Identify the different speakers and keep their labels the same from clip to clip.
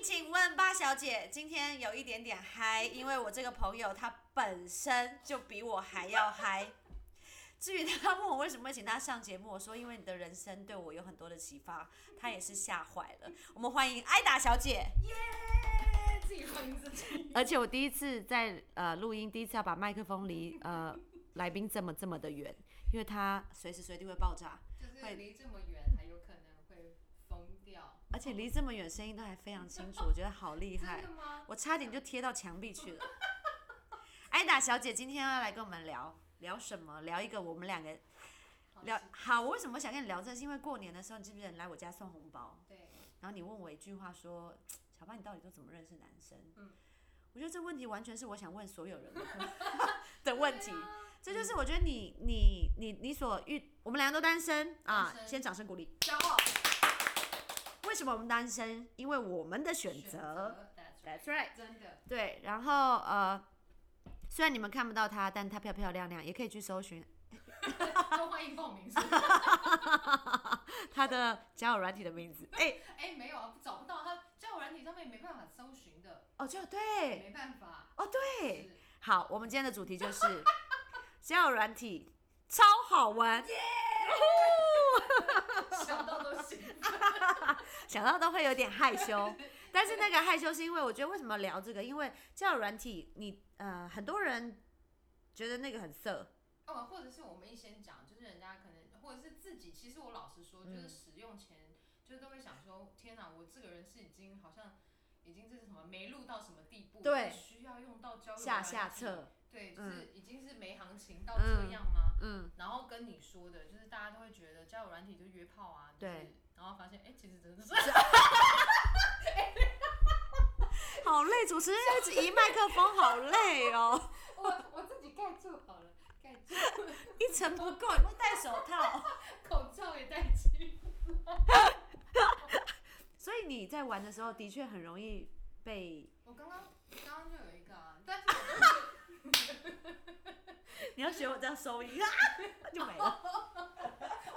Speaker 1: 请问八小姐，今天有一点点嗨，因为我这个朋友他本身就比我还要嗨。 至于他问我为什么会请他上节目，我说因为你的人生对我有很多的启发，他也是吓坏了。我们欢迎艾达小姐。
Speaker 2: 自己放自己。
Speaker 3: 而且我第一次在呃录音，第一次要把麦克风离呃来宾这么这么的远，因为他
Speaker 1: 随时随地会爆炸，
Speaker 2: 就是离这么远还有可能会疯掉。
Speaker 1: 而且离这么远声音都还非常清楚，我觉得好厉害
Speaker 2: 真的，吗？
Speaker 1: 我差点就贴到墙壁去了。 艾达小姐今天要来跟我们聊聊什么？聊一个我们两个
Speaker 2: 好
Speaker 1: 聊好，我为什么想跟你聊这？是因为过年的时候，你记不记得你来我家送红包？
Speaker 2: 对，
Speaker 1: 然后你问我一句话说：“小巴，你到底都怎么认识男生？”
Speaker 2: 嗯
Speaker 1: 我觉得这问题完全是我想问所有人 的的问题。
Speaker 2: 啊
Speaker 1: 这就是我觉得你你你你所遇，我们两个都单身啊
Speaker 2: 单，身
Speaker 1: 先掌声鼓励。
Speaker 2: 骄傲
Speaker 1: 为什么我们单身？因为我们的选择。
Speaker 2: 择，That's right，
Speaker 1: That's right。
Speaker 2: 真的
Speaker 1: 对，然后呃，虽然你们看不到她，但她漂漂亮亮，也可以去搜寻
Speaker 2: 都欢迎报名。是不是
Speaker 1: 她的交友软体的名字。哎、
Speaker 2: 哎，没有啊，找不到他，交友软体上面没办法搜寻的，
Speaker 1: 哦，就对，
Speaker 2: 没办法。
Speaker 1: 哦对。
Speaker 2: 是
Speaker 1: 好，我们今天的主题就是 交友软体超好玩，
Speaker 2: 想到都行。
Speaker 1: 想到都会有点害羞。但是那个害羞是因为我觉得为什么聊这个？因为交友软体，你呃很多人觉得那个很色，
Speaker 2: 哦，或者是我们一先讲，就是人家可能，或者是自己，其实我老实说，
Speaker 1: 嗯
Speaker 2: 就是使用前，就是都会想说，天哪，我这个人是已经好像已经这是什么没录到什么地步，
Speaker 1: 对
Speaker 2: 需要用到交友
Speaker 1: 下
Speaker 2: 软
Speaker 1: 下
Speaker 2: 体，
Speaker 1: 策，
Speaker 2: 对，就
Speaker 1: 嗯
Speaker 2: 是已经是没行情到这样吗？
Speaker 1: 嗯，
Speaker 2: 然后跟你说的，就是大家都会觉得交友软体就约炮啊，
Speaker 1: 对
Speaker 2: 就是，然后发现哎、其实真的 是
Speaker 1: 好累，主持人一直移麦克风，好累哦，
Speaker 2: 我我自己盖住好了，盖住，
Speaker 1: 一层不够，你不戴手套。
Speaker 2: 口罩也戴起，
Speaker 1: 所以你在玩的时候，的确很容易被，
Speaker 2: 我刚刚刚刚就有一个啊，但是我都是
Speaker 1: 你要学我这样收音啊， 哦就没了。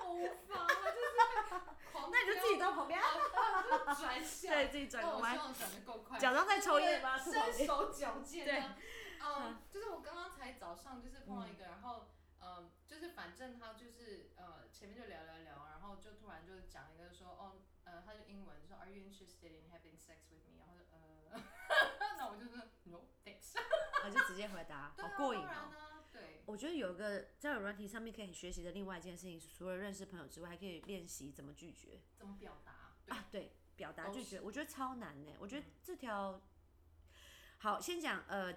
Speaker 2: 我无法，我就是狂
Speaker 1: 哦那你就自己到旁边，啊
Speaker 2: 就转向，
Speaker 1: 对自己转个
Speaker 2: 哦
Speaker 1: 弯
Speaker 2: 我希望转的够快，
Speaker 1: 假装在抽烟 吧，
Speaker 2: 伸手矫健
Speaker 1: 对
Speaker 2: 的。嗯，就是我刚刚才早上就是碰到一个，然后嗯，就是反正他就是呃前面就聊聊聊，然后就突然就讲一个说哦呃他就英文就说 Are you interested in having sex with me？然后就呃， 那我就说 No thanks。
Speaker 1: 我就直接回 答，
Speaker 2: 对
Speaker 1: 好
Speaker 2: 啊，
Speaker 1: 过瘾
Speaker 2: 当然
Speaker 1: 哦。
Speaker 2: 啊，对，
Speaker 1: 我觉得有个交友软体上面可以学习的另外一件事情，除了认识朋友之外，还可以练习怎么拒绝
Speaker 2: 怎么表达？对，
Speaker 1: 啊，对，嗯表达
Speaker 2: 都
Speaker 1: 拒
Speaker 2: 是
Speaker 1: 绝，我觉得超难呢。我觉得这条好，先讲呃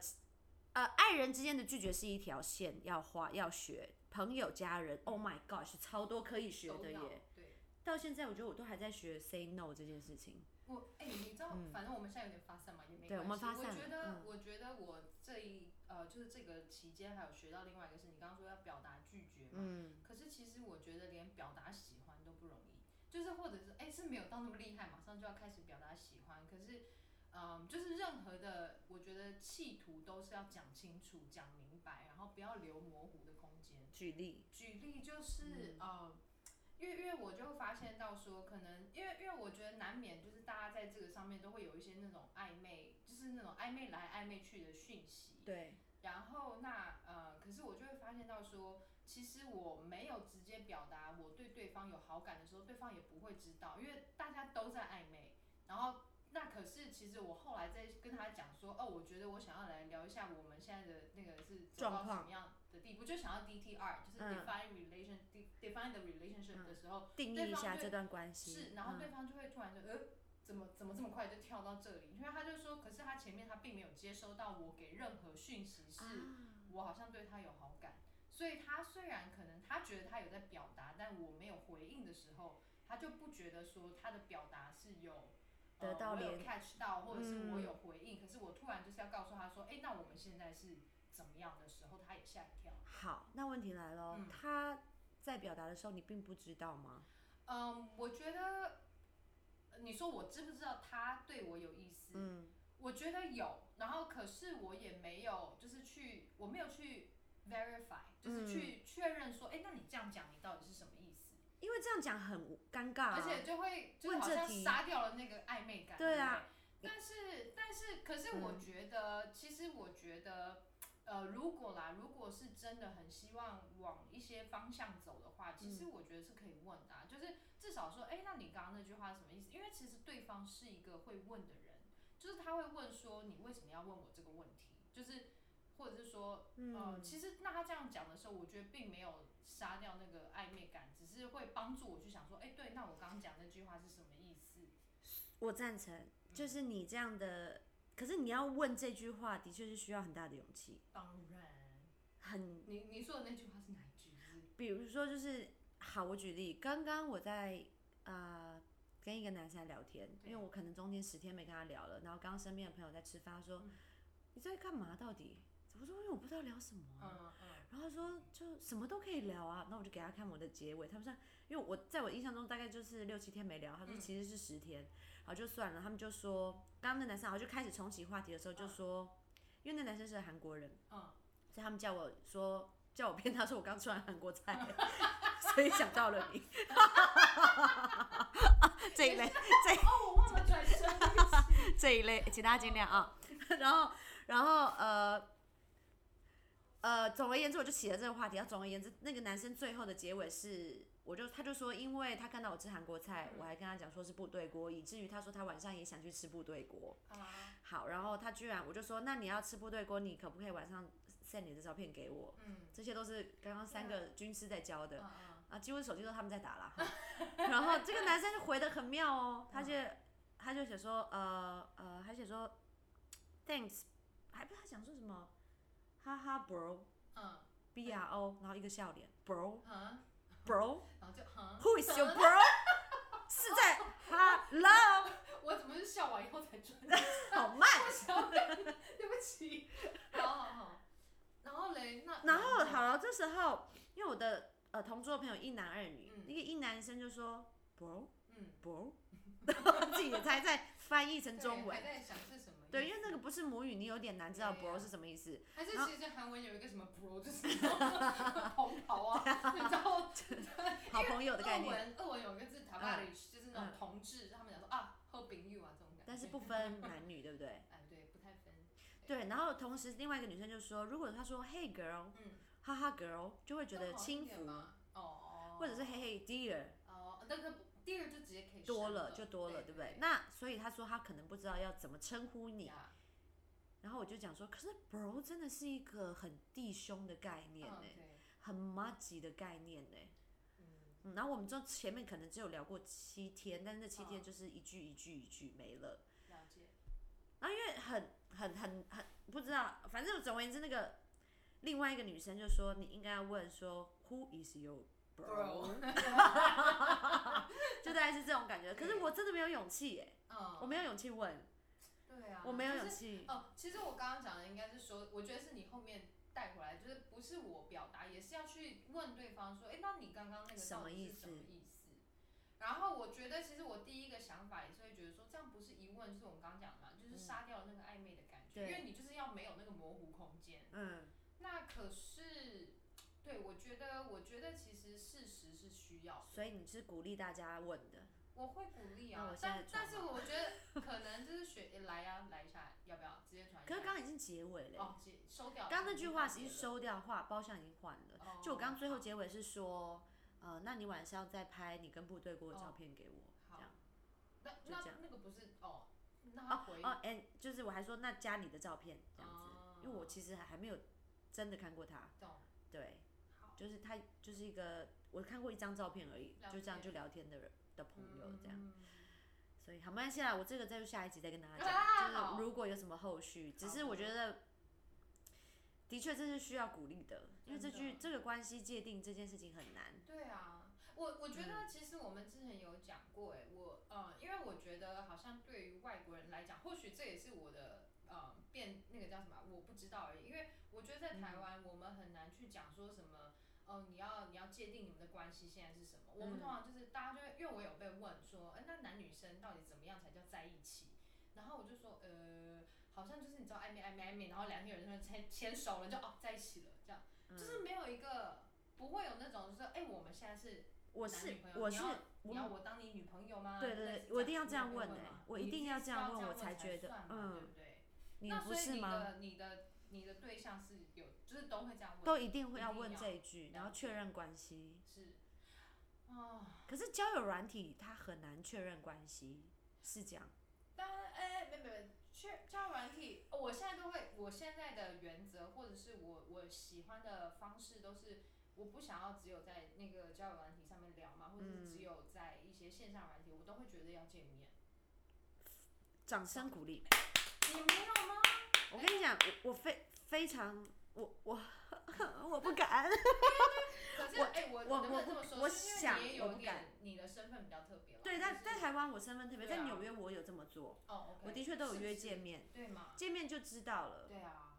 Speaker 1: 呃，爱人之间的拒绝是一条线，要画要学。朋友、家人，Oh my God，是超多可以学
Speaker 2: 都
Speaker 1: 的
Speaker 2: 要
Speaker 1: 耶！。
Speaker 2: 对。
Speaker 1: 到现在，我觉得我都还在学 say no 这件事情。
Speaker 2: 我哎、你知道，反正我们现在有点发散嘛，也没
Speaker 1: 嗯对
Speaker 2: 关系。
Speaker 1: 我们发散
Speaker 2: 我觉得，
Speaker 1: 嗯
Speaker 2: 我觉得我这一呃，就是这个期间还有学到另外一个是，你刚刚说要表达拒绝嘛。
Speaker 1: 嗯，
Speaker 2: 可是其实我觉得连表达喜欢都不容易，就是或者是哎、是没有到那么厉害，马上就要开始表达喜欢。可是，嗯，就是任何的，我觉得企图都是要讲清楚、讲明白，然后不要留模糊的空间。
Speaker 1: 举例，
Speaker 2: 举例就是、呃，因为因为我就发现到说，可能因为因为我觉得难免就是大家在这个上面都会有一些那种暧昧，就是那种暧昧来暧昧去的讯息。
Speaker 1: 对，
Speaker 2: 然后那呃，可是我就会发现到说，其实我没有直接表达我对对方有好感的时候，对方也不会知道，因为大家都在暧昧。然后那可是其实我后来再跟他讲说，哦，我觉得我想要来聊一下我们现在的那个是走
Speaker 1: 状
Speaker 2: 到
Speaker 1: 况
Speaker 2: 什么样的地步，就想要 DTR，就是
Speaker 1: 嗯
Speaker 2: define relation、define the relationship 的时候，
Speaker 1: 定义
Speaker 2: 对
Speaker 1: 一
Speaker 2: 方
Speaker 1: 下
Speaker 2: 对
Speaker 1: 这段关系。
Speaker 2: 是，然后
Speaker 1: 嗯
Speaker 2: 对方就会突然就呃，怎么怎么这么快就跳到这里？因为他就说，可是他前面他并没有接收到我给任何讯息，
Speaker 1: 啊
Speaker 2: 是我好像对他有好感。所以他虽然可能他觉得他有在表达，但我没有回应的时候，他就不觉得说他的表达是有。呃
Speaker 1: 得到
Speaker 2: 我有
Speaker 1: 连
Speaker 2: catch 到，或者是我
Speaker 1: 嗯
Speaker 2: 有回应，可是我突然就是要告诉他说，哎、那我们现在是怎么样的时候，他也吓一跳。
Speaker 1: 好，那问题来了，
Speaker 2: 嗯
Speaker 1: 他在表达的时候，你并不知道吗？
Speaker 2: 嗯，我觉得呃你说我知不知道他对我有意思？
Speaker 1: 嗯，
Speaker 2: 我觉得有，然后可是我也没有，就是去我没有去 verify，就是去确认说，哎、那你这样讲你到底是什么意思？
Speaker 1: 因为这样讲很尴尬、啊，
Speaker 2: 而且就会就是
Speaker 1: 问
Speaker 2: 好
Speaker 1: 这
Speaker 2: 像
Speaker 1: 题
Speaker 2: 杀掉了那个暧昧感。
Speaker 1: 对啊嗯
Speaker 2: 不对。但是，但是，可是我觉得，其实我觉得，呃，如果啦，如果是真的很希望往一些方向走的话，其
Speaker 1: 嗯
Speaker 2: 实我觉得是可以问的啊、就是至少说，哎、那你刚刚那句话是什么意思？因为其实对方是一个会问的人，就是他会问说，你为什么要问我这个问题？就是。或者是说，呃，其实那他这样讲的时候，我觉得并没有杀掉那个暧昧感，只是会帮助我去想说，哎、对，那我刚刚讲那句话是什么意思？
Speaker 1: 我赞
Speaker 2: 嗯
Speaker 1: 成，就是你这样的，可是你要问这句话，的确是需要很大的勇气，
Speaker 2: 当然，
Speaker 1: 很，
Speaker 2: 你你说的那句话是哪一句？是
Speaker 1: 比如说就是，好，我举例，刚刚我在呃跟一个男生聊天，因
Speaker 2: 对
Speaker 1: 为我可能中间十天没跟他聊了，然后刚刚身边的朋友在吃饭，他说、
Speaker 2: 嗯
Speaker 1: 你在干嘛到底？我说因为我不知道聊什么啊、
Speaker 2: 嗯嗯，
Speaker 1: 然后他说就什么都可以聊啊，那我就给他看我的结尾。他们说，因为我在我印象中大概就是六七天没聊，他说
Speaker 2: 嗯
Speaker 1: 其实是十天，然后就算了。他们就说，刚刚那男生好像就开始重启话题的时候就
Speaker 2: 嗯
Speaker 1: 说，因为那男生是韩国人，
Speaker 2: 嗯，
Speaker 1: 所以他们叫我说叫我骗他说我刚吃完韩国菜， 所以想到了你。 这一类
Speaker 2: 哦，我忘了转身，
Speaker 1: 这一类，请大家见谅啊。 然后，然后呃呃，总而言之，我就起了这个话题。然后总而言之，那个男生最后的结尾是，我就他就说，因为他看到我吃韩国菜，我还跟他讲说是部队锅，以至于他说他晚上也想去吃部队锅。
Speaker 2: 啊，
Speaker 1: 好，然后他居然我就说，那你要吃部队锅，你可不可以晚上 send 你的照片给我？
Speaker 2: 嗯，
Speaker 1: 这些都是刚刚三个军师在教的。
Speaker 2: 嗯嗯，
Speaker 1: 啊，几乎手机都是他们在打啦。哈 然后这个男生就回的很妙哦，他就他就写说，呃呃，他写说，thanks，还不是他想说什么，哈哈 bro
Speaker 2: 嗯
Speaker 1: b r o，然后一个笑脸 bro
Speaker 2: 嗯，
Speaker 1: bro
Speaker 2: 然后就嗯，
Speaker 1: who is your bro 是在 hello
Speaker 2: 嗯我怎么是笑完以后才转？
Speaker 1: 好慢，
Speaker 2: 我想， 对不起，好好好，然后嘞，那
Speaker 1: 然后，好了，这时候因为我的呃同桌的朋友一男二女，
Speaker 2: 嗯
Speaker 1: 那个一男生就说 bro
Speaker 2: 嗯，
Speaker 1: bro，然 后自己才在翻译成中
Speaker 2: 对
Speaker 1: 文
Speaker 2: 还。在想是什么意思？
Speaker 1: 对，因为那个不是母语，你有点难知道
Speaker 2: 对
Speaker 1: bro
Speaker 2: 啊
Speaker 1: 是什么意思。
Speaker 2: 还是
Speaker 1: 然后
Speaker 2: 其实韩文有一个什么 bro，就 是同袍啊， 你知道
Speaker 1: 好朋友的概
Speaker 2: 俄
Speaker 1: 念，嗯
Speaker 2: 文，俄文有一个字 t a b a r i s h 就是那种同志，他们讲说啊，喝饼 you 啊这种感觉。
Speaker 1: 但是不分男女，对不对？
Speaker 2: 哎，对，不太分。
Speaker 1: 对，然后同时另外一个女生就说，如果她说 Hey girl，
Speaker 2: 嗯，
Speaker 1: 哈哈 girl，就会觉得轻
Speaker 2: 这样好
Speaker 1: 浮，
Speaker 2: 一点吧。哦哦。
Speaker 1: 或者是 Hey hey dear
Speaker 2: 哦，那个第二就直接可以删
Speaker 1: 多了就多了，
Speaker 2: 了，
Speaker 1: 对不
Speaker 2: 对
Speaker 1: 对？？那所以她说她可能不知道要怎么称呼你，
Speaker 2: 呀
Speaker 1: 然后我就讲说，可是 bro 真的是一个很弟兄的概念
Speaker 2: 嗯，
Speaker 1: 呢，
Speaker 2: 对，
Speaker 1: 很 m a g i 的概念呢。
Speaker 2: 嗯，
Speaker 1: 嗯，然后我们就前面可能只有聊过七天，但是那七天
Speaker 2: 嗯
Speaker 1: 就是一句一句一句没了。
Speaker 2: 了解。
Speaker 1: 然后因为很很很很不知道，反正总而言之，那个另外一个女生就说你应该要问说 Who is your bro？就大概是这种感觉。可是我真的没有勇气耶，
Speaker 2: 嗯，
Speaker 1: 我没有勇气问，
Speaker 2: 对啊，
Speaker 1: 我没有
Speaker 2: 就是
Speaker 1: 勇气。
Speaker 2: 哦，其实我刚刚讲的应该是说，我觉得是你后面带回来，就是不是我表达，也是要去问对方说，哎，那你刚刚那个
Speaker 1: 什
Speaker 2: 到
Speaker 1: 么
Speaker 2: 底
Speaker 1: 意
Speaker 2: 是什么
Speaker 1: 思
Speaker 2: 意思？然后我觉得，其实我第一个想法也是会觉得说，这样不是一问，就是我们刚刚讲的嘛，就是杀掉那个暧昧的感觉，
Speaker 1: 嗯对
Speaker 2: 因为你就是要没有那个模糊空间。
Speaker 1: 嗯，
Speaker 2: 那可是，对我觉得，我觉得其实事实是需要的，
Speaker 1: 所以你是鼓励大家问的，
Speaker 2: 我会鼓励
Speaker 1: 那
Speaker 2: 啊
Speaker 1: 我，现在
Speaker 2: 但但是
Speaker 1: 转吧
Speaker 2: 我觉得可能就是学诶来呀、来一下，要不要直接传一下？
Speaker 1: 可是刚刚已经结尾了耶。
Speaker 2: 哦，结收掉。
Speaker 1: 刚刚那句话已经
Speaker 2: 收。
Speaker 1: 收掉话，包厢已经换了。
Speaker 2: 哦
Speaker 1: 就我刚最后结尾是说，呃，那你晚上再拍你跟部队锅的照片给我，这
Speaker 2: 好
Speaker 1: 样。
Speaker 2: 那
Speaker 1: 就
Speaker 2: 那
Speaker 1: 这样
Speaker 2: 那个不是哦，那他
Speaker 1: 哦
Speaker 2: 回
Speaker 1: 哦，哎，就是我还说那加你的照片这样子，
Speaker 2: 哦
Speaker 1: 因为我其实还还没有真的看过他，
Speaker 2: 懂
Speaker 1: 对，
Speaker 2: 好
Speaker 1: 就是他就是一个我看过一张照片而已
Speaker 2: 了，解
Speaker 1: 就这样就聊天的人的朋友这样，
Speaker 2: 嗯
Speaker 1: 所以好，没关系啦，我这个再下一集再跟大家讲，
Speaker 2: 啊
Speaker 1: 就
Speaker 2: 好
Speaker 1: 是如果有什么后续，只是
Speaker 2: 好
Speaker 1: 我觉得。的确，这是需要鼓励的，因为这
Speaker 2: 真的
Speaker 1: 句这个关系界定这件事情很难。
Speaker 2: 对啊，我我觉得其实我们之前有讲过、哎，我呃，因为我觉得好像对于外国人来讲，或许这也是我的呃变那个叫什么啊，我不知道而已。因为我觉得在台湾，我们很难去讲说什么。哦，你要你要界定你们的关系现在是什么？我们通常就是大家就会，因为我有被问说，哎、那男女生到底怎么样才叫在一起？然后我就说，呃，好像就是你知道暧昧暧昧暧昧，然后两个人就牵牵手了，就哦在一起了，这样，就是没有一个不会有那种就是哎、我们现在是
Speaker 1: 我
Speaker 2: 男
Speaker 1: 是
Speaker 2: 女朋友
Speaker 1: 我
Speaker 2: 你
Speaker 1: 是
Speaker 2: 要
Speaker 1: 我
Speaker 2: 你要我当你女朋友吗？
Speaker 1: 对对
Speaker 2: 类
Speaker 1: 对
Speaker 2: 似
Speaker 1: 我一定要
Speaker 2: 子
Speaker 1: 这样
Speaker 2: 你有
Speaker 1: 问
Speaker 2: 没有
Speaker 1: 欸
Speaker 2: 嘛
Speaker 1: 我一
Speaker 2: 你
Speaker 1: 定
Speaker 2: 必
Speaker 1: 要
Speaker 2: 须
Speaker 1: 这
Speaker 2: 要
Speaker 1: 样
Speaker 2: 这
Speaker 1: 问
Speaker 2: 样
Speaker 1: 我才
Speaker 2: 才
Speaker 1: 觉得
Speaker 2: 算嘛
Speaker 1: 嗯
Speaker 2: 对不对？
Speaker 1: 你
Speaker 2: 那
Speaker 1: 不
Speaker 2: 所以
Speaker 1: 是
Speaker 2: 你
Speaker 1: 吗？
Speaker 2: 的你的你的对象是有，就是都会这样问，
Speaker 1: 都一定会
Speaker 2: 一
Speaker 1: 要
Speaker 2: 定
Speaker 1: 问
Speaker 2: 要
Speaker 1: 这一句，然后
Speaker 2: 了
Speaker 1: 确
Speaker 2: 解
Speaker 1: 认关系。
Speaker 2: 是啊，
Speaker 1: 可是交友软体它很难确认关系，是这样。
Speaker 2: 当然，哎、没没没，确交友软体，我现在都会，我现在的原则或者是我我喜欢的方式都是，我不想要只有在那个交友软体上面聊嘛，或者是
Speaker 1: 嗯
Speaker 2: 只有在一些线上软体，我都会觉得要见面。
Speaker 1: 掌声鼓励。
Speaker 2: 你没有吗？
Speaker 1: 我跟你讲，我我非非常我 我我不敢。
Speaker 2: 可是
Speaker 1: 我
Speaker 2: 哎、我
Speaker 1: 我
Speaker 2: 能不
Speaker 1: 我
Speaker 2: 能
Speaker 1: 不
Speaker 2: 这么说？
Speaker 1: 我
Speaker 2: 是因为
Speaker 1: 想
Speaker 2: 你也
Speaker 1: 我
Speaker 2: 有
Speaker 1: 不
Speaker 2: 一点
Speaker 1: 敢，
Speaker 2: 你的身份比较特别了。
Speaker 1: 对，
Speaker 2: 就
Speaker 1: 但
Speaker 2: 是
Speaker 1: 在台湾我身份特别，
Speaker 2: 对
Speaker 1: 在
Speaker 2: 啊
Speaker 1: 纽约我有这么做，
Speaker 2: 哦，OK，
Speaker 1: 我的确都有
Speaker 2: 是不
Speaker 1: 约
Speaker 2: 是
Speaker 1: 见面，
Speaker 2: 对嘛？
Speaker 1: 见面就知道了。嗯
Speaker 2: 对啊，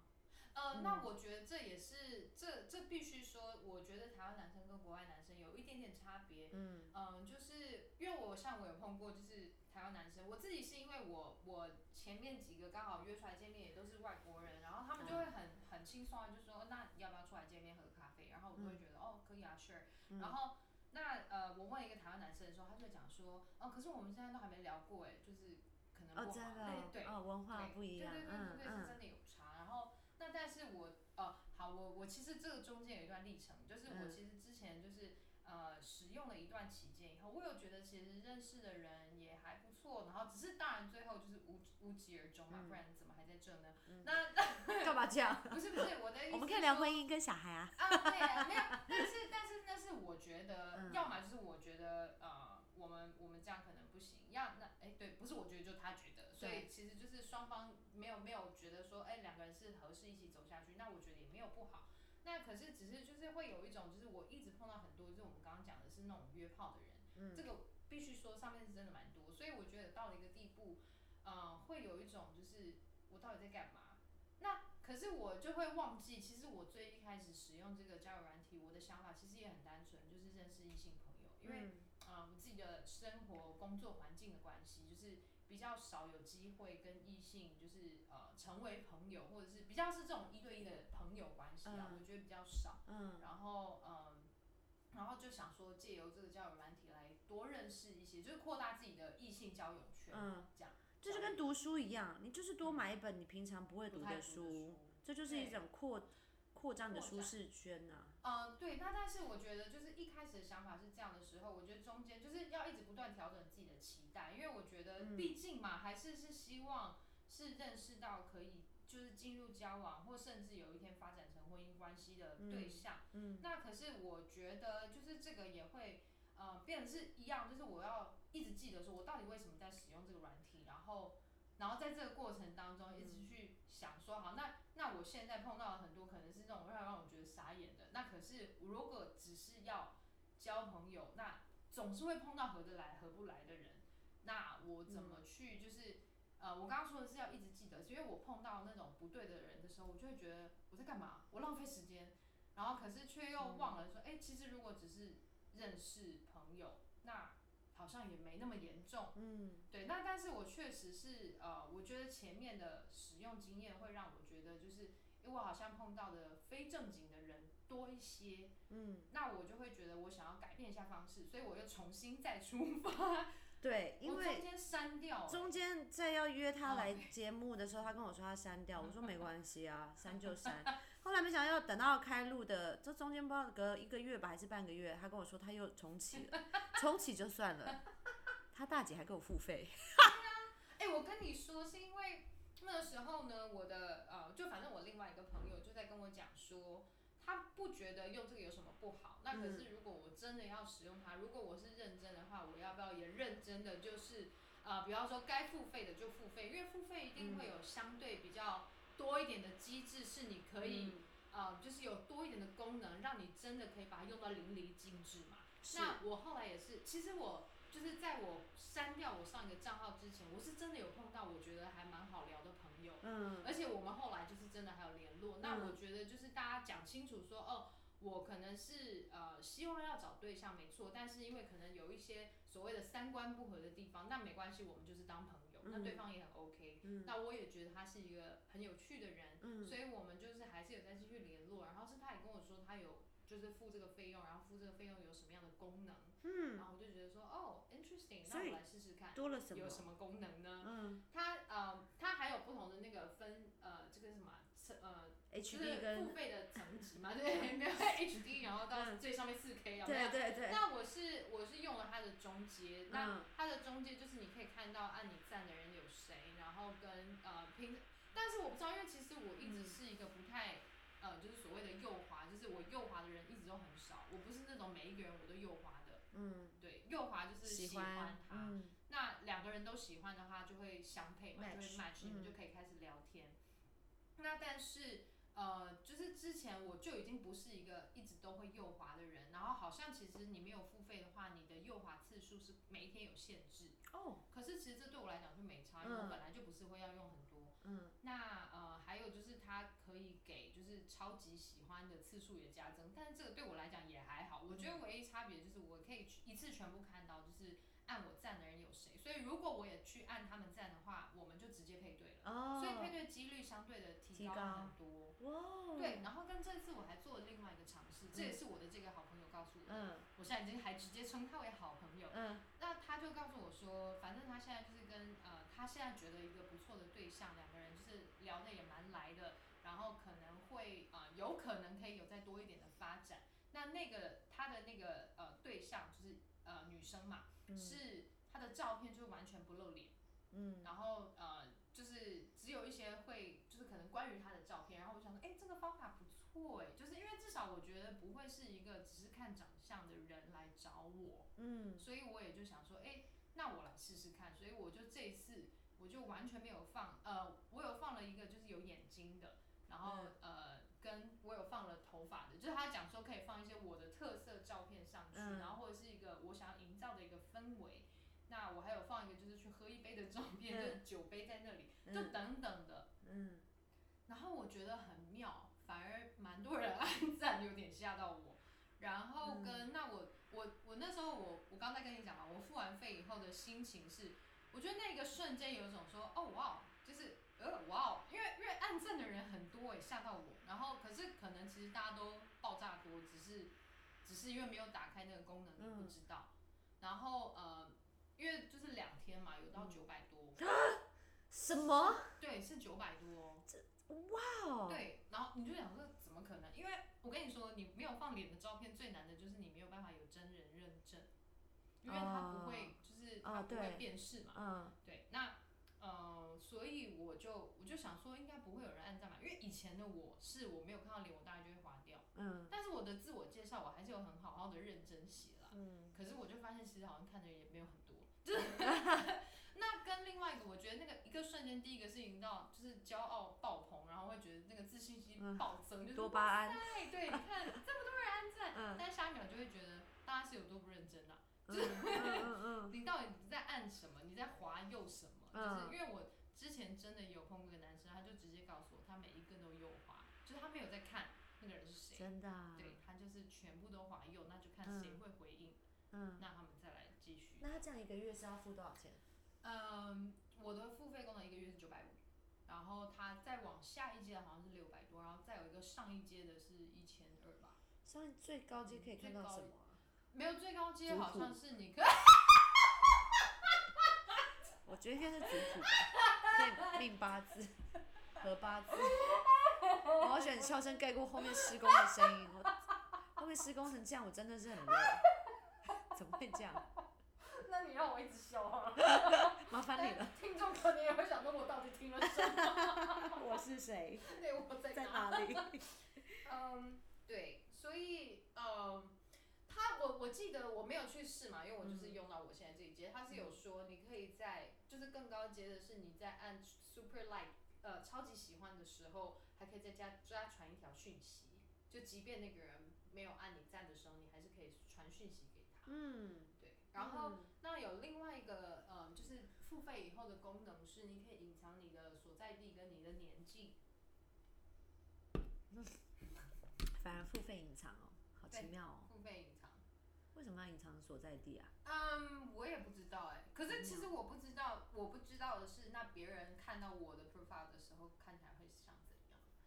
Speaker 2: 呃，那我觉得这也是这这必须说，我觉得台湾男生跟国外男生有一点点差别。嗯就是因为我像我有碰过，就是台湾男生，我自己是因为我我前面几个刚好约出来见面也都是外国人，然后他们就会
Speaker 1: 嗯
Speaker 2: 很、很轻松的就说，哦那你要不要出来见面喝咖啡？然后我就
Speaker 1: 嗯
Speaker 2: 会觉得、哦可以啊，sure。然后那呃，我问一个台湾男生的时候，他就讲说，哦，可是我们现在都还没聊过哎，就是可
Speaker 1: 哦，
Speaker 2: 能不
Speaker 1: 真
Speaker 2: 好，
Speaker 1: 的
Speaker 2: 类
Speaker 1: 哦
Speaker 2: 对，
Speaker 1: 哦，文化
Speaker 2: 对
Speaker 1: 不一样，
Speaker 2: 对对对
Speaker 1: 嗯
Speaker 2: 对对，是
Speaker 1: 嗯
Speaker 2: 真的有差。然后那但是我呃，好，我我其实这个中间有一段历程，就是我
Speaker 1: 嗯
Speaker 2: 其实之前就是。呃，使用了一段期间以后，我有觉得其实认识的人也还不错，然后只是当然最后就是无无疾而终嘛，
Speaker 1: 嗯
Speaker 2: 不然怎么还在这呢？那那，
Speaker 1: 干嘛这 样？
Speaker 2: 不是不是我的意思，
Speaker 1: 嗯我们可以聊婚姻跟小孩啊。
Speaker 2: 啊，对啊，没有，但是但是但是我觉得，
Speaker 1: 嗯
Speaker 2: 要么就是我觉得呃，我们我们这样可能不行，要那哎对，不是我觉得，就他觉得，所以其实就是双方没有没有觉得说哎两个人是合适一起走下去，那我觉得也没有不好。那可是只是就是会有一种，就是我一直碰到很多，就是我们刚刚讲的是那种约炮的人，
Speaker 1: 嗯
Speaker 2: 这个必须说上面是真的蛮多，所以我觉得到了一个地步，呃，会有一种就是我到底在干嘛？那可是我就会忘记，其实我最一开始使用这个交友软体，我的想法其实也很单纯，就是认识异性朋友，
Speaker 1: 嗯
Speaker 2: 因为、呃我自己的生活、工作环境的关系，就是比较少有机会跟异性就是呃成为朋友，或者是比较是这种一对一的朋友关系啊，
Speaker 1: 嗯
Speaker 2: 我觉得比较少。
Speaker 1: 嗯
Speaker 2: 然后嗯，然后就想说借由这个交友软体来多认识一些，就是扩大自己的异性交友圈，
Speaker 1: 嗯，
Speaker 2: 这样
Speaker 1: 这就跟读书一样，你就是多买一本你平常不会
Speaker 2: 嗯不
Speaker 1: 读
Speaker 2: 太
Speaker 1: 的
Speaker 2: 书
Speaker 1: 书，。这就是一种扩扩张你的
Speaker 2: 扩
Speaker 1: 舒
Speaker 2: 展
Speaker 1: 适圈啊呐。
Speaker 2: 呃，对，那但是我觉得就是一开始的想法是这样的时候，我觉得中间就是要一直不断调整自己的期待，因为我觉得毕竟嘛，还是是希望是认识到可以就是进入交往，或甚至有一天发展成婚姻关系的对象。嗯，那可是我觉得就是这个也会呃变成是一样，就是我要一直记得说我到底为什么在使用这个软体，然后。然后在这个过程当中，一直去想说，好，那那我现在碰到的很多可能是那种让让我觉得傻眼的，那可是如果只是要交朋友，那总是会碰到合得来合不来的人，那我怎么去就是、呃，我刚刚说的是要一直记得，因为我碰到那种不对的人的时候，我就会觉得我在干嘛，我浪费时间，然后可是却又忘了说，哎、其实如果只是认识朋友，那好像也没那么严重。
Speaker 1: 嗯
Speaker 2: 对，那但是我确实是呃，我觉得前面的使用经验会让我觉得，就是因为我好像碰到的非正经的人多一些，
Speaker 1: 嗯，
Speaker 2: 那我就会觉得我想要改变一下方式，所以我又重新再出发，
Speaker 1: 对，因
Speaker 2: 我
Speaker 1: 为
Speaker 2: 中间删掉了，
Speaker 1: 中间在要约他
Speaker 2: 哦
Speaker 1: 来节目的时候，他跟我说他删掉，
Speaker 2: 嗯
Speaker 1: 我说没关系 啊，删就删。后来没想到等到开录的，这中间不知道隔一个月吧还是半个月，他跟我说他又重启 了，重启就算了。他大姐还给我付费，
Speaker 2: 哎、我跟你说，是因为那时候呢，我的呃，就反正我另外一个朋友就在跟我讲说，他不觉得用这个有什么不好。那可是如果我真的要使用它，如果我是认真的话，我要不要也认真的就是呃，比方说该付费的就付费，因为付费一定会有相对比较多一点的机制，是你可以、
Speaker 1: 嗯
Speaker 2: 呃，就是有多一点的功能，让你真的可以把它用到淋漓尽致嘛。
Speaker 1: 是
Speaker 2: 那我后来也是，其实我就是在我删掉我上一个账号之前，我是真的有碰到我觉得还蛮好聊的朋友，
Speaker 1: 嗯
Speaker 2: 而且我们后来就是真的还有联络。那
Speaker 1: 嗯
Speaker 2: 我觉得就是大家讲清楚说，哦，我可能是呃希望要找对象没错，但是因为可能有一些所谓的三观不合的地方，那没关系，我们就是当朋友，那对方也很 OK、
Speaker 1: 嗯
Speaker 2: 那我也觉得他是一个很有趣的人，
Speaker 1: 嗯
Speaker 2: 所以我们就是还是有再继续联络。然后是他也跟我说他有就是付这个费用，然后付这个费用有什么样的功能。然后我就觉得说哦，interesting，
Speaker 1: 嗯
Speaker 2: 那
Speaker 1: 所以
Speaker 2: 我来试试看，
Speaker 1: 多了什么
Speaker 2: 有？什么功能呢？
Speaker 1: 嗯
Speaker 2: 它呃，它还有不同的那个分呃，这个是什么啊层呃，就
Speaker 1: ，HB
Speaker 2: 是付
Speaker 1: 跟嗯
Speaker 2: 费的层级嘛，对，没有 HD，然后到最上面四 K，有没有
Speaker 1: 对？对对，
Speaker 2: 那我是我是用了它的中阶，那
Speaker 1: 嗯
Speaker 2: 它的中介就是你可以看到按你赞的人有谁，然后跟呃拼，但是我不知道，因为其实我
Speaker 1: 嗯
Speaker 2: 一直是一个不太、呃，就是所谓的右滑，就是我右滑的人一直都很少，我不是那种每一个人我都右滑的，
Speaker 1: 嗯，
Speaker 2: 对，右滑就是
Speaker 3: 喜
Speaker 2: 欢
Speaker 3: 欢
Speaker 2: 他，
Speaker 1: 嗯
Speaker 2: 那两个人都喜欢的话，就会相配嘛，就会
Speaker 1: Match，
Speaker 2: match，你们
Speaker 1: 嗯
Speaker 2: 就可以开始聊天。那但是呃，就是之前我就已经不是一个一直都会右滑的人，然后好像其实你没有付费的话，你的右滑次数是每一天有限制。
Speaker 1: 哦，
Speaker 2: 可是其实这对我来讲就没差，因为
Speaker 1: 嗯
Speaker 2: 我本来就不是会要用很多。
Speaker 1: 嗯，
Speaker 2: 那呃，还有就是它可以给就是超级喜欢的次数也加增，但是这个对我来讲也还
Speaker 1: 嗯
Speaker 2: 好。我觉得唯一差别就是我可以去一次全部看到，就是按我赞的人有谁。所以如果我也去按他们赞的话，我们就直接配对了，
Speaker 1: 哦，
Speaker 2: 所以配对几率相对的提
Speaker 1: 提
Speaker 2: 高
Speaker 1: 高
Speaker 2: 很多。
Speaker 1: 哇哦，
Speaker 2: 对，然后跟这次我还做了另外一个尝试，这也是我的这个好朋友告诉我的，
Speaker 1: 嗯
Speaker 2: 我现在已经还直接称他为好朋友。
Speaker 1: 嗯
Speaker 2: 那他就告诉我说，反正他现在就是跟呃，他现在觉得一个不错的对象，两个人就是聊得也蛮来的，然后可能会呃，有可能可以有再多一点的发展。那那个他的那个呃对象就是呃女生嘛，
Speaker 1: 嗯
Speaker 2: 是她的照片就完全不露脸，
Speaker 1: 嗯，
Speaker 2: 然后呃就是只有一些会就是可能关于她的照片，然后我想说，哎、这个方法不错哎、就是因为至少我觉得不会是一个只是看长相的人来找我。
Speaker 1: 嗯
Speaker 2: 所以我也就想说，哎、那我来试试看。所以我就这一次，我就完全没有放，呃，我有放了一个就是有眼睛的，然后、
Speaker 1: 嗯
Speaker 2: 呃，跟我有放了头发的，就是他讲说可以放一些我的特色照片上去，
Speaker 1: 嗯
Speaker 2: 然后或者是一个我想要营造的一个氛围。那我还有放一个就是去喝一杯的照片，
Speaker 1: 嗯
Speaker 2: 就是酒杯在那里，就
Speaker 1: 嗯
Speaker 2: 等等的。
Speaker 1: 嗯，
Speaker 2: 然后我觉得很妙，反而蛮多人按赞，有点吓到我。然后跟、
Speaker 1: 嗯
Speaker 2: 那我我我那时候我我刚才跟你讲嘛，我付完费以后的心情是，我觉得那个瞬间有一种说哦哇哦，就是呃哇哦，因为因为按赞的人很多诶，吓到我。然后可是可能其实大家都爆炸多，只是只是因为没有打开那个功能，你
Speaker 1: 嗯
Speaker 2: 不知道。然后呃，因为就是两天嘛，有到九百多，
Speaker 1: 什么？
Speaker 2: 对，是九百多哦。
Speaker 1: 哇哦，
Speaker 2: 对，然后你就想说怎么可能？因为我跟你说，你没有放脸的照片，最难的就是你没有办法有真人认证，因为它不会，就是它
Speaker 1: 哦
Speaker 2: 不会
Speaker 1: 对
Speaker 2: 辨识嘛。
Speaker 1: 嗯
Speaker 2: 对，那呃，所以我就我就想说，应该不会有人按赞嘛，因为以前的我是我没有看到脸，我大概就会划掉。
Speaker 1: 嗯
Speaker 2: 但是我的自我介绍我还是有很好好的认真写啦。
Speaker 1: 嗯
Speaker 2: 可是我就发现，其实好像看的人也没有很多。就是那跟另外一个，我觉得那个一个瞬间，第一个是营造就是骄傲爆棚，然后会觉得那个自信心
Speaker 1: 嗯
Speaker 2: 暴增，就是
Speaker 3: 多巴胺
Speaker 2: 哎，对，你看这么多人按赞，
Speaker 1: 嗯
Speaker 2: 但下一秒就会觉得大家是有多不认真啊！
Speaker 1: 嗯嗯
Speaker 2: 你到底在按什么？你在滑右什么？
Speaker 1: 嗯
Speaker 2: 就是因为我之前真的有碰过一个男生，他就直接告诉我，他每一个都右滑，就是他没有在看那个人是谁，
Speaker 1: 真的啊，
Speaker 2: 对他就是全部都滑右，那就看谁
Speaker 1: 嗯
Speaker 2: 会回应，
Speaker 1: 嗯，
Speaker 2: 那他们再来继续。
Speaker 1: 那他这样一个月是要付多少钱？
Speaker 2: 嗯，我的付费功能一个月是九百五，然后它再往下一阶的好像是六百多，然后再有一个上一阶的是一千二吧。
Speaker 1: 像最高阶可以看到什么啊？
Speaker 2: 没有最高阶
Speaker 3: 族
Speaker 2: 好
Speaker 3: 谱
Speaker 2: 像是你可
Speaker 3: 我觉得应该是族谱吧，可以命八字、合八字。
Speaker 1: 我好喜欢你笑声盖过后面施工的声音，我后面施工成这样，我真的是很累。怎么会这样？
Speaker 2: 那你让我一直笑啊。
Speaker 3: 麻烦你 了。
Speaker 2: 听众可能也会想说，我到底听了什 么？
Speaker 3: 我是谁？
Speaker 2: 对，我在
Speaker 3: 在
Speaker 2: 哪？
Speaker 3: 哪 里？
Speaker 2: 嗯，对，所以嗯，他我我记得我没有去试嘛，因为我就是用到我现在这一阶，他是有说你可以在就是更高阶的是你在按 super like 呃超级喜欢的时候，还可以再加加传一条讯息，就即便那个人没有按你赞的时候，你还是可以传讯息给他。
Speaker 1: 嗯，
Speaker 2: 对，然后那有另外一个，呃，就是付费以后的功能是，你可以隐藏你的所在地跟你的年纪。
Speaker 3: 反而付费隐藏哦，好奇妙哦。
Speaker 2: 付费隐藏，
Speaker 3: 为什么要隐藏所在地啊？
Speaker 2: 嗯，我也不知道哎、可
Speaker 1: 嗯
Speaker 2: 是其实我不知道，我不知道的是，那别人看到我的 profile 的时候，
Speaker 1: 嗯
Speaker 2: 看起来会像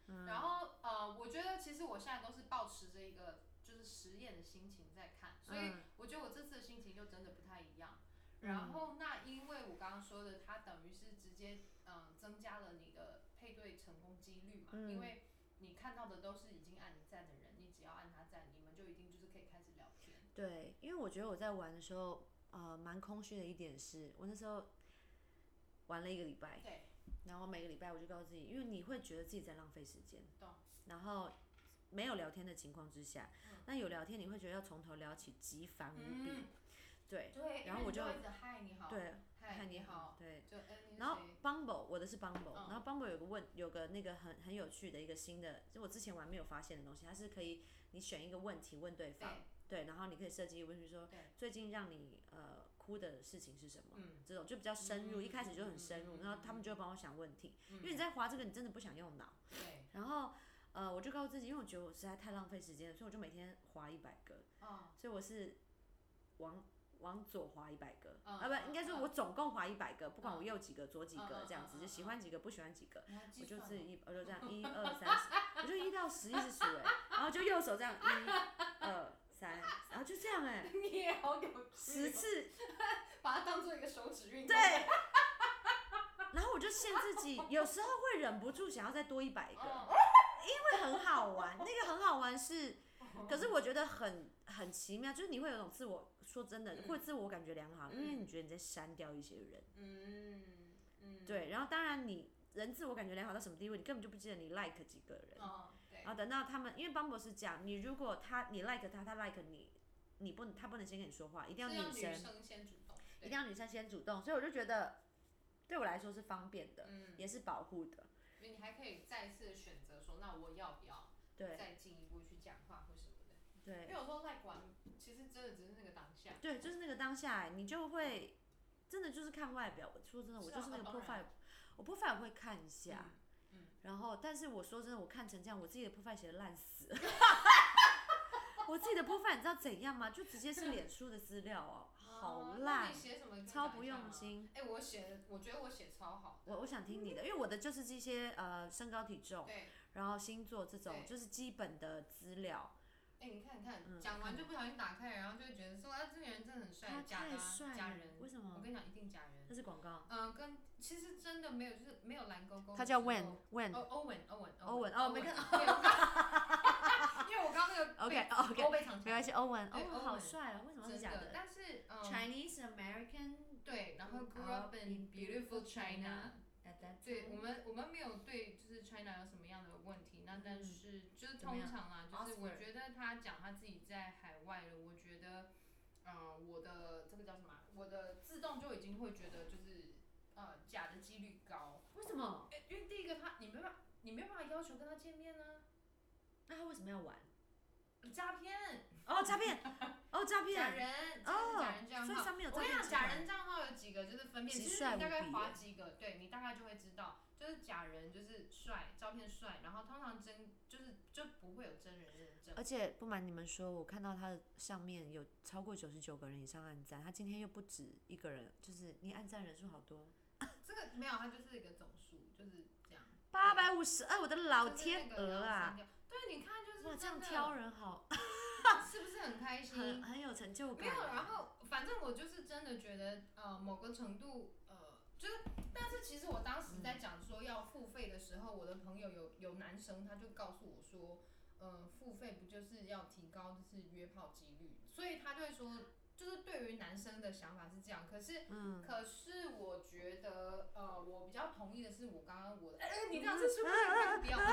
Speaker 2: 怎样？然后呃，我觉得其实我现在都是保持着一个，就就是实验的心情在看，所以
Speaker 1: 嗯
Speaker 2: 我觉得我这次的心情就真的不太一样。
Speaker 1: 嗯
Speaker 2: 然后那因为我刚刚说的，它等于是直接嗯增加了你的配对成功几率嘛，
Speaker 1: 嗯
Speaker 2: 因为你看到的都是已经按你赞的人，你只要按他赞，你们就一定就是可以开始聊天。
Speaker 1: 对，因为我觉得我在玩的时候，呃，蛮空虚的一点是，我那时候玩了一个礼拜，
Speaker 2: 对，
Speaker 1: 然后每个礼拜我就告诉自己，因为你会觉得自己在浪费时间，
Speaker 2: 懂
Speaker 1: 然后没有聊天的情况之下，那有聊天你会觉得要从头聊起，极繁无比。
Speaker 2: 嗯，
Speaker 1: 对，
Speaker 2: 对，
Speaker 1: 然后
Speaker 2: 因为
Speaker 1: 我
Speaker 2: 你
Speaker 1: 就
Speaker 2: 会一直嗨你好，
Speaker 1: 对，
Speaker 2: 嗨
Speaker 1: 你
Speaker 2: 你好，
Speaker 1: 对。
Speaker 2: 就哎你是
Speaker 1: 然后
Speaker 2: 谁
Speaker 1: Bumble，我的是 Bumble，、
Speaker 2: 嗯
Speaker 1: 然后 Bumble 有个问，有个那个很很有趣的一个新的，就我之前玩没有发现的东西，它是可以你选一个问题问对方，
Speaker 2: 对，
Speaker 1: 对，然后你可以设计一个问题说
Speaker 2: 对，
Speaker 1: 最近让你呃哭的事情是什么？
Speaker 2: 嗯
Speaker 1: 这种就比较深入，
Speaker 2: 嗯
Speaker 1: 一开始就很深
Speaker 2: 嗯
Speaker 1: 入，
Speaker 2: 嗯嗯
Speaker 1: 然后他们就会帮我想问题，
Speaker 2: 嗯
Speaker 1: 因为你在划这个，你真的不想用脑。
Speaker 2: 对，
Speaker 1: 然后呃，我就告诉自己，因为我觉得我实在太浪费时间了，所以我就每天划一百个，
Speaker 2: 啊，
Speaker 1: 所以我是往往左滑一百个，
Speaker 2: 嗯
Speaker 1: 啊
Speaker 2: 嗯
Speaker 1: 不，应该说
Speaker 2: 嗯
Speaker 1: 我总共滑一百个，
Speaker 2: 哦
Speaker 1: 不管我右几个左几
Speaker 2: 嗯
Speaker 1: 个
Speaker 2: 嗯
Speaker 1: 这样子，
Speaker 2: 嗯
Speaker 1: 就
Speaker 2: 嗯
Speaker 1: 喜欢几个不喜欢几个，
Speaker 2: 你还计
Speaker 1: 我就
Speaker 2: 算
Speaker 1: 自己
Speaker 2: 哦
Speaker 1: 一我就这样一二三四，我就一到十一直数哎，然后就右手这样一二三，然后就这样哎，
Speaker 2: 你也好有趣
Speaker 1: 十
Speaker 2: 哦
Speaker 1: 次
Speaker 2: 把它当做一个手指运动。
Speaker 1: 对，然后我就限自己，有时候会忍不住想要再多一百个，
Speaker 2: 嗯，
Speaker 1: 会很好玩，那个很好玩是，可是我觉得很很奇妙，就是你会有种自我，说真的，
Speaker 2: 嗯
Speaker 1: 会自我感觉良好，因为
Speaker 2: 嗯
Speaker 1: 你觉得你在删掉一些人，
Speaker 2: 嗯嗯，
Speaker 1: 对，然后当然你人自我感觉良好到什么地步，你根本就不记得你 like 几个人，
Speaker 2: 嗯，对
Speaker 1: 然，后等到他们，因为 Bumble 是这样，你如果他你 like 他，他 like 你，你不能他不能先跟你说话，一定要
Speaker 2: 是让
Speaker 1: 女生，
Speaker 2: 生先主动，
Speaker 1: 一定要女生先主动，所以我就觉得对我来说是方便的，
Speaker 2: 嗯，
Speaker 1: 也是保护的，
Speaker 2: 所以你还可以再一次选择说，那我要不要
Speaker 1: 对
Speaker 2: 再进一步去讲话或什么的？因为
Speaker 1: 对
Speaker 2: 有时候赖管，其实真的只是那个当下。
Speaker 1: 对，就是那个当下，欸你就会真的就是看外表。我说真的，我
Speaker 2: 是啊
Speaker 1: 就是那个
Speaker 2: 当
Speaker 1: profile，
Speaker 2: 然
Speaker 1: 我 profile 会看一下，
Speaker 2: 嗯嗯
Speaker 1: 然后但是我说真的，我看成这样，我自己的 profile 写的烂死 了。我自己的 profile 你知道怎样吗？就直接 是脸书的资料哦，好
Speaker 2: 哦那
Speaker 1: 烂
Speaker 2: 你，写什么？
Speaker 1: 超不用。心。
Speaker 2: 哎，我写的，我觉得我写超好。
Speaker 1: 我我想听你的，因为我的就是这些呃身高体重，
Speaker 2: 对，
Speaker 1: 然后星座这种
Speaker 2: 对
Speaker 1: 就是基本的资料。
Speaker 2: 哎，你看，你看，
Speaker 1: 嗯
Speaker 2: 讲完就不小心打开，然后就会觉得说，啊，这个人真的很帅，
Speaker 1: 他
Speaker 2: 假的
Speaker 1: 太
Speaker 2: 啊，
Speaker 1: 帅
Speaker 2: 假
Speaker 1: 了
Speaker 2: 人。
Speaker 1: 为什
Speaker 2: 我
Speaker 1: 么？
Speaker 2: 跟你讲，一定假人。
Speaker 1: 那是广告。
Speaker 2: 嗯，跟其实真的没有，就是没有蓝勾勾的时候。
Speaker 1: 他叫 Wen
Speaker 2: 哦
Speaker 1: Wen
Speaker 2: 欧文，欧文，
Speaker 1: 欧文哦没看
Speaker 2: 对我刚因为我刚刚那个
Speaker 1: OK，
Speaker 2: 被
Speaker 1: 哦，OK
Speaker 2: 欧被长
Speaker 1: 没关系，欧文，欧
Speaker 2: 对
Speaker 1: 文
Speaker 2: 欧
Speaker 1: 好
Speaker 2: 文
Speaker 1: 帅啊！为什么是
Speaker 2: 真
Speaker 1: 假
Speaker 2: 的，
Speaker 1: 的
Speaker 2: 但是嗯，
Speaker 1: ？Chinese American，
Speaker 2: 对，然后
Speaker 1: grew
Speaker 2: grew up
Speaker 1: up
Speaker 2: in
Speaker 1: in
Speaker 2: beautiful
Speaker 1: beautiful
Speaker 2: China
Speaker 1: China。at that
Speaker 2: 对我
Speaker 1: time
Speaker 2: 们，我们没有对就是 China 有什么样的问题，那但
Speaker 1: 嗯
Speaker 2: 是就是
Speaker 1: 怎么
Speaker 2: 通
Speaker 1: 样
Speaker 2: 常啦，就是我
Speaker 1: Oxford
Speaker 2: 觉得他讲他自己在海外了，我觉得，呃，我的这个叫什么啊？我的自动就已经会觉得就是呃假的几率高，
Speaker 1: 为什么？
Speaker 2: 欸因为第一个他你没办法，你没办法要求跟他见面呢、
Speaker 1: 那他为什么要玩？
Speaker 2: 诈骗、
Speaker 1: 哦，诈 骗，哦，诈
Speaker 2: 假
Speaker 1: 骗，
Speaker 2: 人，
Speaker 1: 哦
Speaker 2: 假人账
Speaker 1: 所以
Speaker 2: 号。
Speaker 1: 上面有
Speaker 2: 我
Speaker 1: 诈
Speaker 2: 跟你
Speaker 1: 骗
Speaker 2: 讲，
Speaker 1: 集
Speaker 2: 假
Speaker 1: 团
Speaker 2: 人账号有几个就是分辨，
Speaker 1: 极
Speaker 2: 其实
Speaker 1: 帅
Speaker 2: 你大概
Speaker 1: 无比
Speaker 2: 划
Speaker 1: 耶
Speaker 2: 几个，对你大概就会知道，就是假人就是帅，照片帅，然后通常真就是就不会有真人认证。
Speaker 1: 而且不瞒你们说，我看到他的上面有超过九十九个人以上按赞，他今天又不止一个人，就是你按赞人数好多，
Speaker 2: 这个没有，它就是一个总数，就是这样。
Speaker 1: 八百五十二，我的老
Speaker 2: 就是那
Speaker 1: 天
Speaker 2: 个
Speaker 1: 鹅啊！！
Speaker 2: 然后删掉对，你看就是
Speaker 1: 哇，这样
Speaker 2: 真的
Speaker 1: 挑人好，
Speaker 2: 是不是很开心？
Speaker 1: 很很有成就
Speaker 2: 没有，
Speaker 1: 感。啊
Speaker 2: 然后反正我就是真的觉得，呃，某个程度，呃，就是，但是其实我当时在讲说要付费的时候，我的朋友有有男生他就告诉我说，呃，付费不就是要提高就是约炮几率，所以他就会说，就是对于男生的想法是这样，可是。
Speaker 1: 嗯，
Speaker 2: 可是我觉得，呃，我比较同意的是，我刚刚我的，哎、你这样子是不是不要？嗯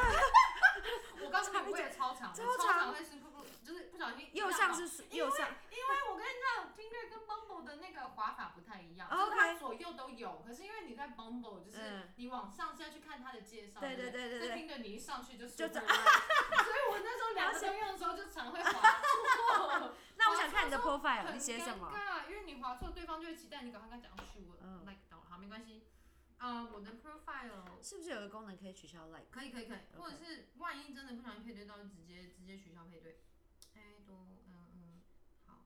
Speaker 2: 我告诉你，我也超长，
Speaker 1: 超
Speaker 2: 我超
Speaker 1: 长
Speaker 2: 常会是不不，就是不小心
Speaker 1: 右上是右上，
Speaker 2: 我跟你讲，听略跟 Bumble 的那个滑法不太一样
Speaker 1: 哦 OK
Speaker 2: 就是它左右都有。可是因为你在 Bumble，就是
Speaker 1: 嗯
Speaker 2: 你往上是要去看它的介绍，
Speaker 1: 对
Speaker 2: 对
Speaker 1: 对对对
Speaker 2: 这
Speaker 1: 对，
Speaker 2: 听着你一上去就
Speaker 1: 就
Speaker 2: 就
Speaker 1: 这啊
Speaker 2: 所以我那时候两个
Speaker 1: 而且
Speaker 2: 都用的时候就常会 滑错，
Speaker 1: 那我想看你的
Speaker 2: 哦很啊
Speaker 1: profile，你写什
Speaker 2: 尴
Speaker 1: 么？
Speaker 2: 尬，因为你滑错，对方就会期待你赶快跟他讲，哦是我
Speaker 1: 嗯
Speaker 2: like 到了，好，没关系。啊，我的 profile
Speaker 1: 是不是有个功能可以取消 like？
Speaker 2: 可以可以可以，
Speaker 1: OK
Speaker 2: 或者是万一真的不小心配对到，直嗯接直接取消配对。哎，都嗯嗯，好。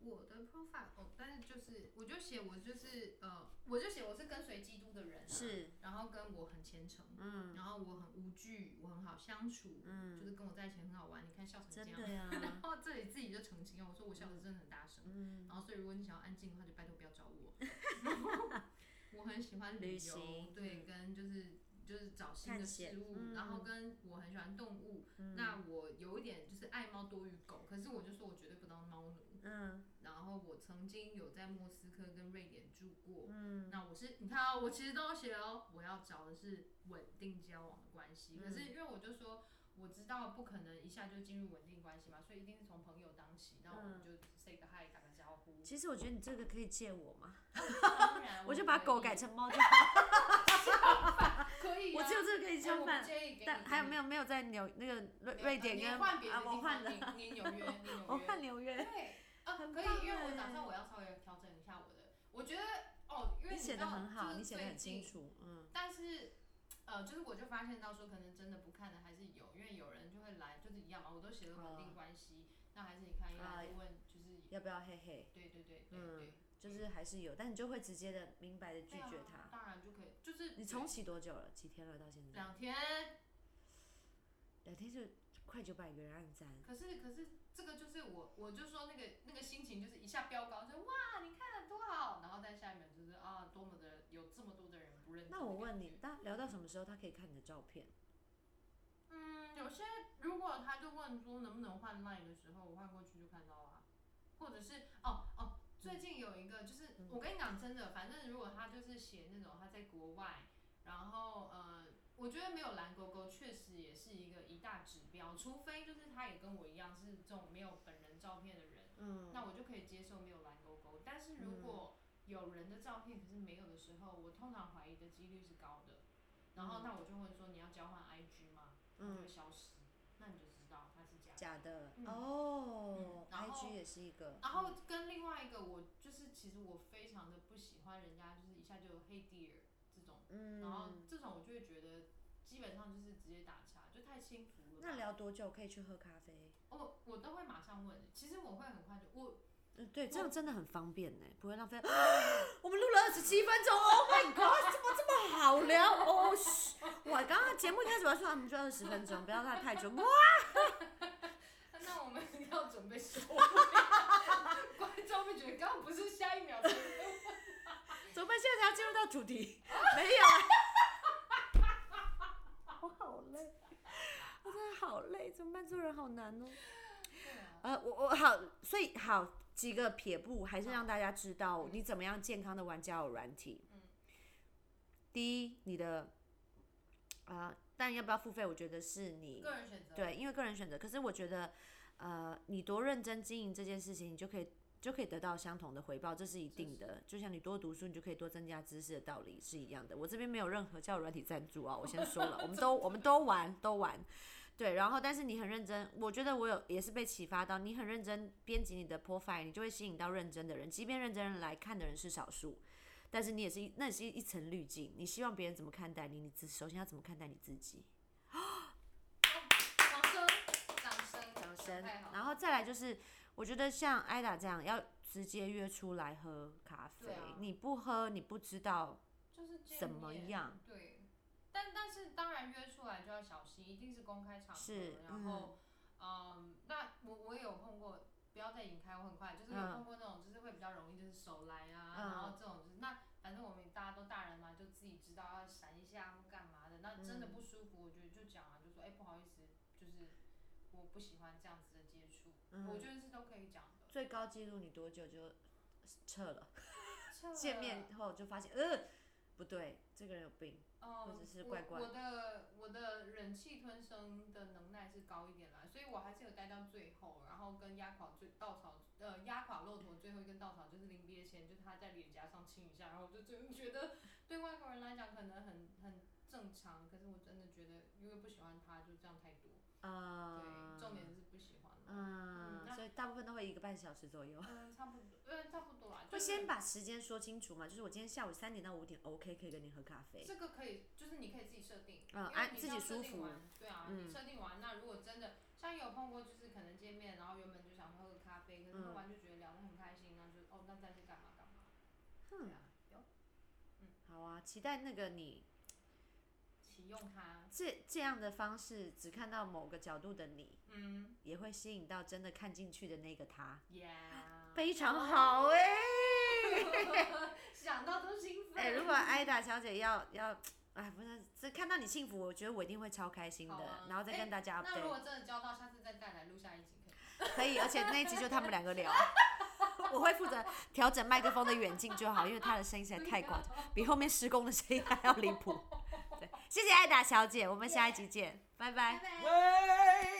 Speaker 2: 我的 profile，哦，但是就是我就写我就是呃，我就写我是跟随基督的人、啊，
Speaker 1: 是，
Speaker 2: 然后跟我很虔诚，
Speaker 1: 嗯
Speaker 2: 然后我很无惧，我很好相处，就
Speaker 1: 嗯，
Speaker 2: 是跟我在一起很好玩，你看笑成这
Speaker 1: 真
Speaker 2: 样。
Speaker 1: 的呀
Speaker 2: 然，后这里自己就澄清哦，我说我笑的真的很大声，
Speaker 1: 嗯，
Speaker 2: 然后所以如果你想要安静的话，就拜托不要找我。 我很喜欢
Speaker 1: 旅
Speaker 2: 旅游，
Speaker 1: 行
Speaker 2: 对，
Speaker 1: 嗯
Speaker 2: 跟就是就是找新
Speaker 1: 探
Speaker 2: 的
Speaker 1: 险
Speaker 2: 事物，
Speaker 1: 嗯
Speaker 2: 然后跟我很喜欢动物，
Speaker 1: 嗯
Speaker 2: 那我有一点就是爱猫多于狗，可是我就说我绝对不当猫奴。
Speaker 1: 嗯
Speaker 2: 然后我曾经有在莫斯科跟瑞典住过。
Speaker 1: 嗯，
Speaker 2: 那我是你看啊、我其实都有写哦，我要找的是稳定交往的关
Speaker 1: 嗯
Speaker 2: 系。可是因为我就说，我知道不可能一下就进入稳定关系嘛，所以一定是从朋友当起，那我
Speaker 1: 嗯
Speaker 2: 们就 say 个 hi，打个招 呼。
Speaker 1: 其实我觉得你这个可以借我嘛，
Speaker 2: 当然
Speaker 1: 我就
Speaker 2: 嗯可
Speaker 1: 把狗
Speaker 2: 以
Speaker 1: 改成猫就好，
Speaker 2: 可以、
Speaker 1: 我
Speaker 2: 啊，
Speaker 1: 只有这个可以
Speaker 2: 哎
Speaker 1: 相
Speaker 2: 我不
Speaker 1: 反。
Speaker 2: 介意给你
Speaker 1: 但还有没有没有在纽那个瑞
Speaker 2: 没有
Speaker 1: 瑞
Speaker 2: 呃
Speaker 1: 典
Speaker 2: 你
Speaker 1: 跟
Speaker 2: 换别的
Speaker 1: 啊
Speaker 2: 地
Speaker 1: 我
Speaker 2: 方
Speaker 1: 换了，
Speaker 2: 你你纽约，你纽约，
Speaker 1: 我换纽约，
Speaker 2: 对啊，
Speaker 1: 很
Speaker 2: 可以，
Speaker 1: 棒
Speaker 2: 因为我打
Speaker 1: 哎
Speaker 2: 算我要稍微调整一下我的，我觉得哦，因为
Speaker 1: 你写
Speaker 2: 知
Speaker 1: 的
Speaker 2: 道
Speaker 1: 很好，
Speaker 2: 就是
Speaker 1: 你写的
Speaker 2: 最
Speaker 1: 很清
Speaker 2: 近
Speaker 1: 楚，嗯
Speaker 2: 但是，呃，就是我就发现到说，可能真的不看的还是有，因为有人就会来，就是一样嘛，我都写了稳
Speaker 1: 哦
Speaker 2: 定关系，那还是你看一
Speaker 1: 啊
Speaker 2: 来就问，就是
Speaker 1: 要不要嘿嘿？
Speaker 2: 对对对对
Speaker 1: 嗯就
Speaker 2: 对，
Speaker 1: 是还是有，但你就会直接的明白的拒
Speaker 2: 对啊
Speaker 1: 绝他。
Speaker 2: 当然就可以，就是
Speaker 1: 你重启多久了？几天了？到现在
Speaker 2: 两天，
Speaker 1: 两天就快九百个人按赞，
Speaker 2: 可是可是这个就是我我就说那个那个心情就是一下飙高，就哇你看多好，然后在下面就是啊多么的有这么多的人不认真的
Speaker 1: 那我
Speaker 2: 感
Speaker 1: 问
Speaker 2: 觉
Speaker 1: 你，那聊到什么时候他可以看你的照片？
Speaker 2: 嗯，有些如果他就问说能不能换 line 的时候，我换过去就看到啦、或者是哦哦，最近有一个就是、我跟你讲真的，反正如果他就是写那种他在国外，然后呃，我觉得没有蓝勾勾确实也是一个一大指标，除非就是他也跟我一样是这种没有本人照片的人，
Speaker 1: 嗯，
Speaker 2: 那我就可以接受没有蓝勾勾。但是如果有人的照片可是没有的时候，我通常怀疑的几率是高的。然后那我就问说你要交换 IG 吗？就
Speaker 1: 嗯
Speaker 2: 会，消失，那你就知道它是假的。
Speaker 1: 假的
Speaker 2: 嗯
Speaker 1: 哦
Speaker 2: 嗯然后
Speaker 1: ，IG 也是一个，嗯
Speaker 2: 然后跟另外一个，我就是其实我非常的不喜欢人家就是一下就 hey dear 这种，
Speaker 1: 嗯，
Speaker 2: 然后这种我就会觉得基本上就是直接打叉，就太轻浮了吧。
Speaker 1: 那聊多久可以去喝咖啡？
Speaker 2: 我我都会马上问，其实我会很快就我
Speaker 1: 嗯，对，这
Speaker 2: 我
Speaker 1: 样真的很方便呢，不会浪费。 我们录了二十七分钟，Oh my god，怎么这么好聊？哦，嘘我刚刚节目一开始我还说我们就二十分钟，不要太太久。哇，
Speaker 2: 那我们要准备收尾， 观众会觉得刚刚不是下一秒才
Speaker 1: 怎么办？现在才要进入到主题？没有啊，我好累，我真的好累，怎么办？做人好难哦。
Speaker 2: 对啊
Speaker 1: 呃，我我好，所以好几个撇步，还是让大家知道你怎么样健康的玩交友软体。
Speaker 2: 嗯
Speaker 1: 第一，你的啊、但要不要付费，我觉得是你
Speaker 2: 个人选择。
Speaker 1: 对，因为个人选择。可是我觉得，呃，你多认真经营这件事情，你就可以就可以得到相同的回报，这是一定的。就像你多读书，你就可以多增加知识的道理是一样的。我这边没有任何交友软体赞助啊，我先说了，我们 都我们都玩都玩。对，然后但是你很认真，我觉得我有也是被启发到，你很认真编辑你的 profile，你就会吸引到认真的人，即便认真人来看的人是少数，但是你也是一那也是一层滤镜，你希望别人怎么看待你，你自首先要怎么看待你自己。
Speaker 2: 掌声，掌声，
Speaker 1: 掌声
Speaker 2: 太好。了。
Speaker 1: 然后再来就是，我觉得像艾达这样，要直接约出来喝咖啡，
Speaker 2: 对啊
Speaker 1: 你不喝你不知道
Speaker 2: 就是见
Speaker 1: 怎么
Speaker 2: 面
Speaker 1: 样。
Speaker 2: 对，但但是当然约出来就要小心，一定是公开场合。
Speaker 1: 是
Speaker 2: 然后，嗯，那我我也有碰过，不要再引开，我很快就是有
Speaker 1: 嗯
Speaker 2: 碰过那种，就是会比较容易就是手来啊，
Speaker 1: 嗯
Speaker 2: 然后这种就是那反正我们大家都大人嘛，就自己知道要闪一下或干嘛的。那真的不
Speaker 1: 嗯
Speaker 2: 舒服，我觉得就讲啊，就说哎、不好意思，就是我不喜欢这样子的接触，
Speaker 1: 嗯
Speaker 2: 我觉得是都可以讲的。
Speaker 1: 最高记录你多久就撤了，
Speaker 2: 撤了
Speaker 1: 见面后就发现，呃，不对，这个人有病，
Speaker 2: 哦，
Speaker 1: 或者是怪怪
Speaker 2: 我我的我的忍气吞声的能耐是高一点啦，所以我还是有待到最后，然后跟压垮最稻草呃压垮骆驼最后一根稻草就是临别前，就是他在脸颊上亲一下，然后我就真的觉得 对外国人来讲可能很很正常，可是我真的觉得因为不喜欢他就这样太多，
Speaker 1: 啊、
Speaker 2: 对，重点是不喜欢了，
Speaker 1: 嗯，
Speaker 2: 那
Speaker 1: 所以大部分都会一个半小时左 右。
Speaker 2: 嗯，差不多，嗯，差不多啦，
Speaker 1: 会
Speaker 2: 就是
Speaker 1: 先把时间说清楚嘛，就是我今天下午三点到五点，OK，可以跟你喝咖啡。
Speaker 2: 这个可以，就是你可以自己设定，
Speaker 1: 嗯
Speaker 2: 因为
Speaker 1: 安
Speaker 2: 你
Speaker 1: 自己
Speaker 2: 要设
Speaker 1: 舒
Speaker 2: 定
Speaker 1: 服
Speaker 2: 完对啊，
Speaker 1: 嗯
Speaker 2: 你设定完，
Speaker 1: 嗯
Speaker 2: 那如果真的像有碰过，就是可能见面，然后原本就想喝个咖啡，可是喝完就觉得聊得很开开心，那就哦，那再去干嘛干嘛。对
Speaker 1: 哼，
Speaker 2: 啊，有
Speaker 1: 好啊，期待那个你
Speaker 2: 启用它，
Speaker 1: 这这样的方式，只看到某个角度的你，
Speaker 2: 嗯
Speaker 1: 也会吸引到真的看进去的那个他，
Speaker 2: ，Yeah，
Speaker 1: 非常好
Speaker 2: 欸
Speaker 1: 哎、
Speaker 2: 想到都兴奋。
Speaker 1: 哎、如果艾达小姐要要，哎，不是，这看到你幸福，我觉得我一定会超开心的，
Speaker 2: 好啊
Speaker 1: 然后再
Speaker 2: 哎
Speaker 1: 跟大家
Speaker 2: 那如
Speaker 1: update，、
Speaker 2: 果真的交到，下次再带来录下一集可以吗。
Speaker 1: 可以，而且那一集就他们两个聊， 我会负责调整麦克风的远近就好，因为她的声音实在 太 广，比后面施工的声音还哎要离谱。对，谢谢艾达小姐，我们下一集见，拜拜
Speaker 2: 拜拜。
Speaker 4: 喂。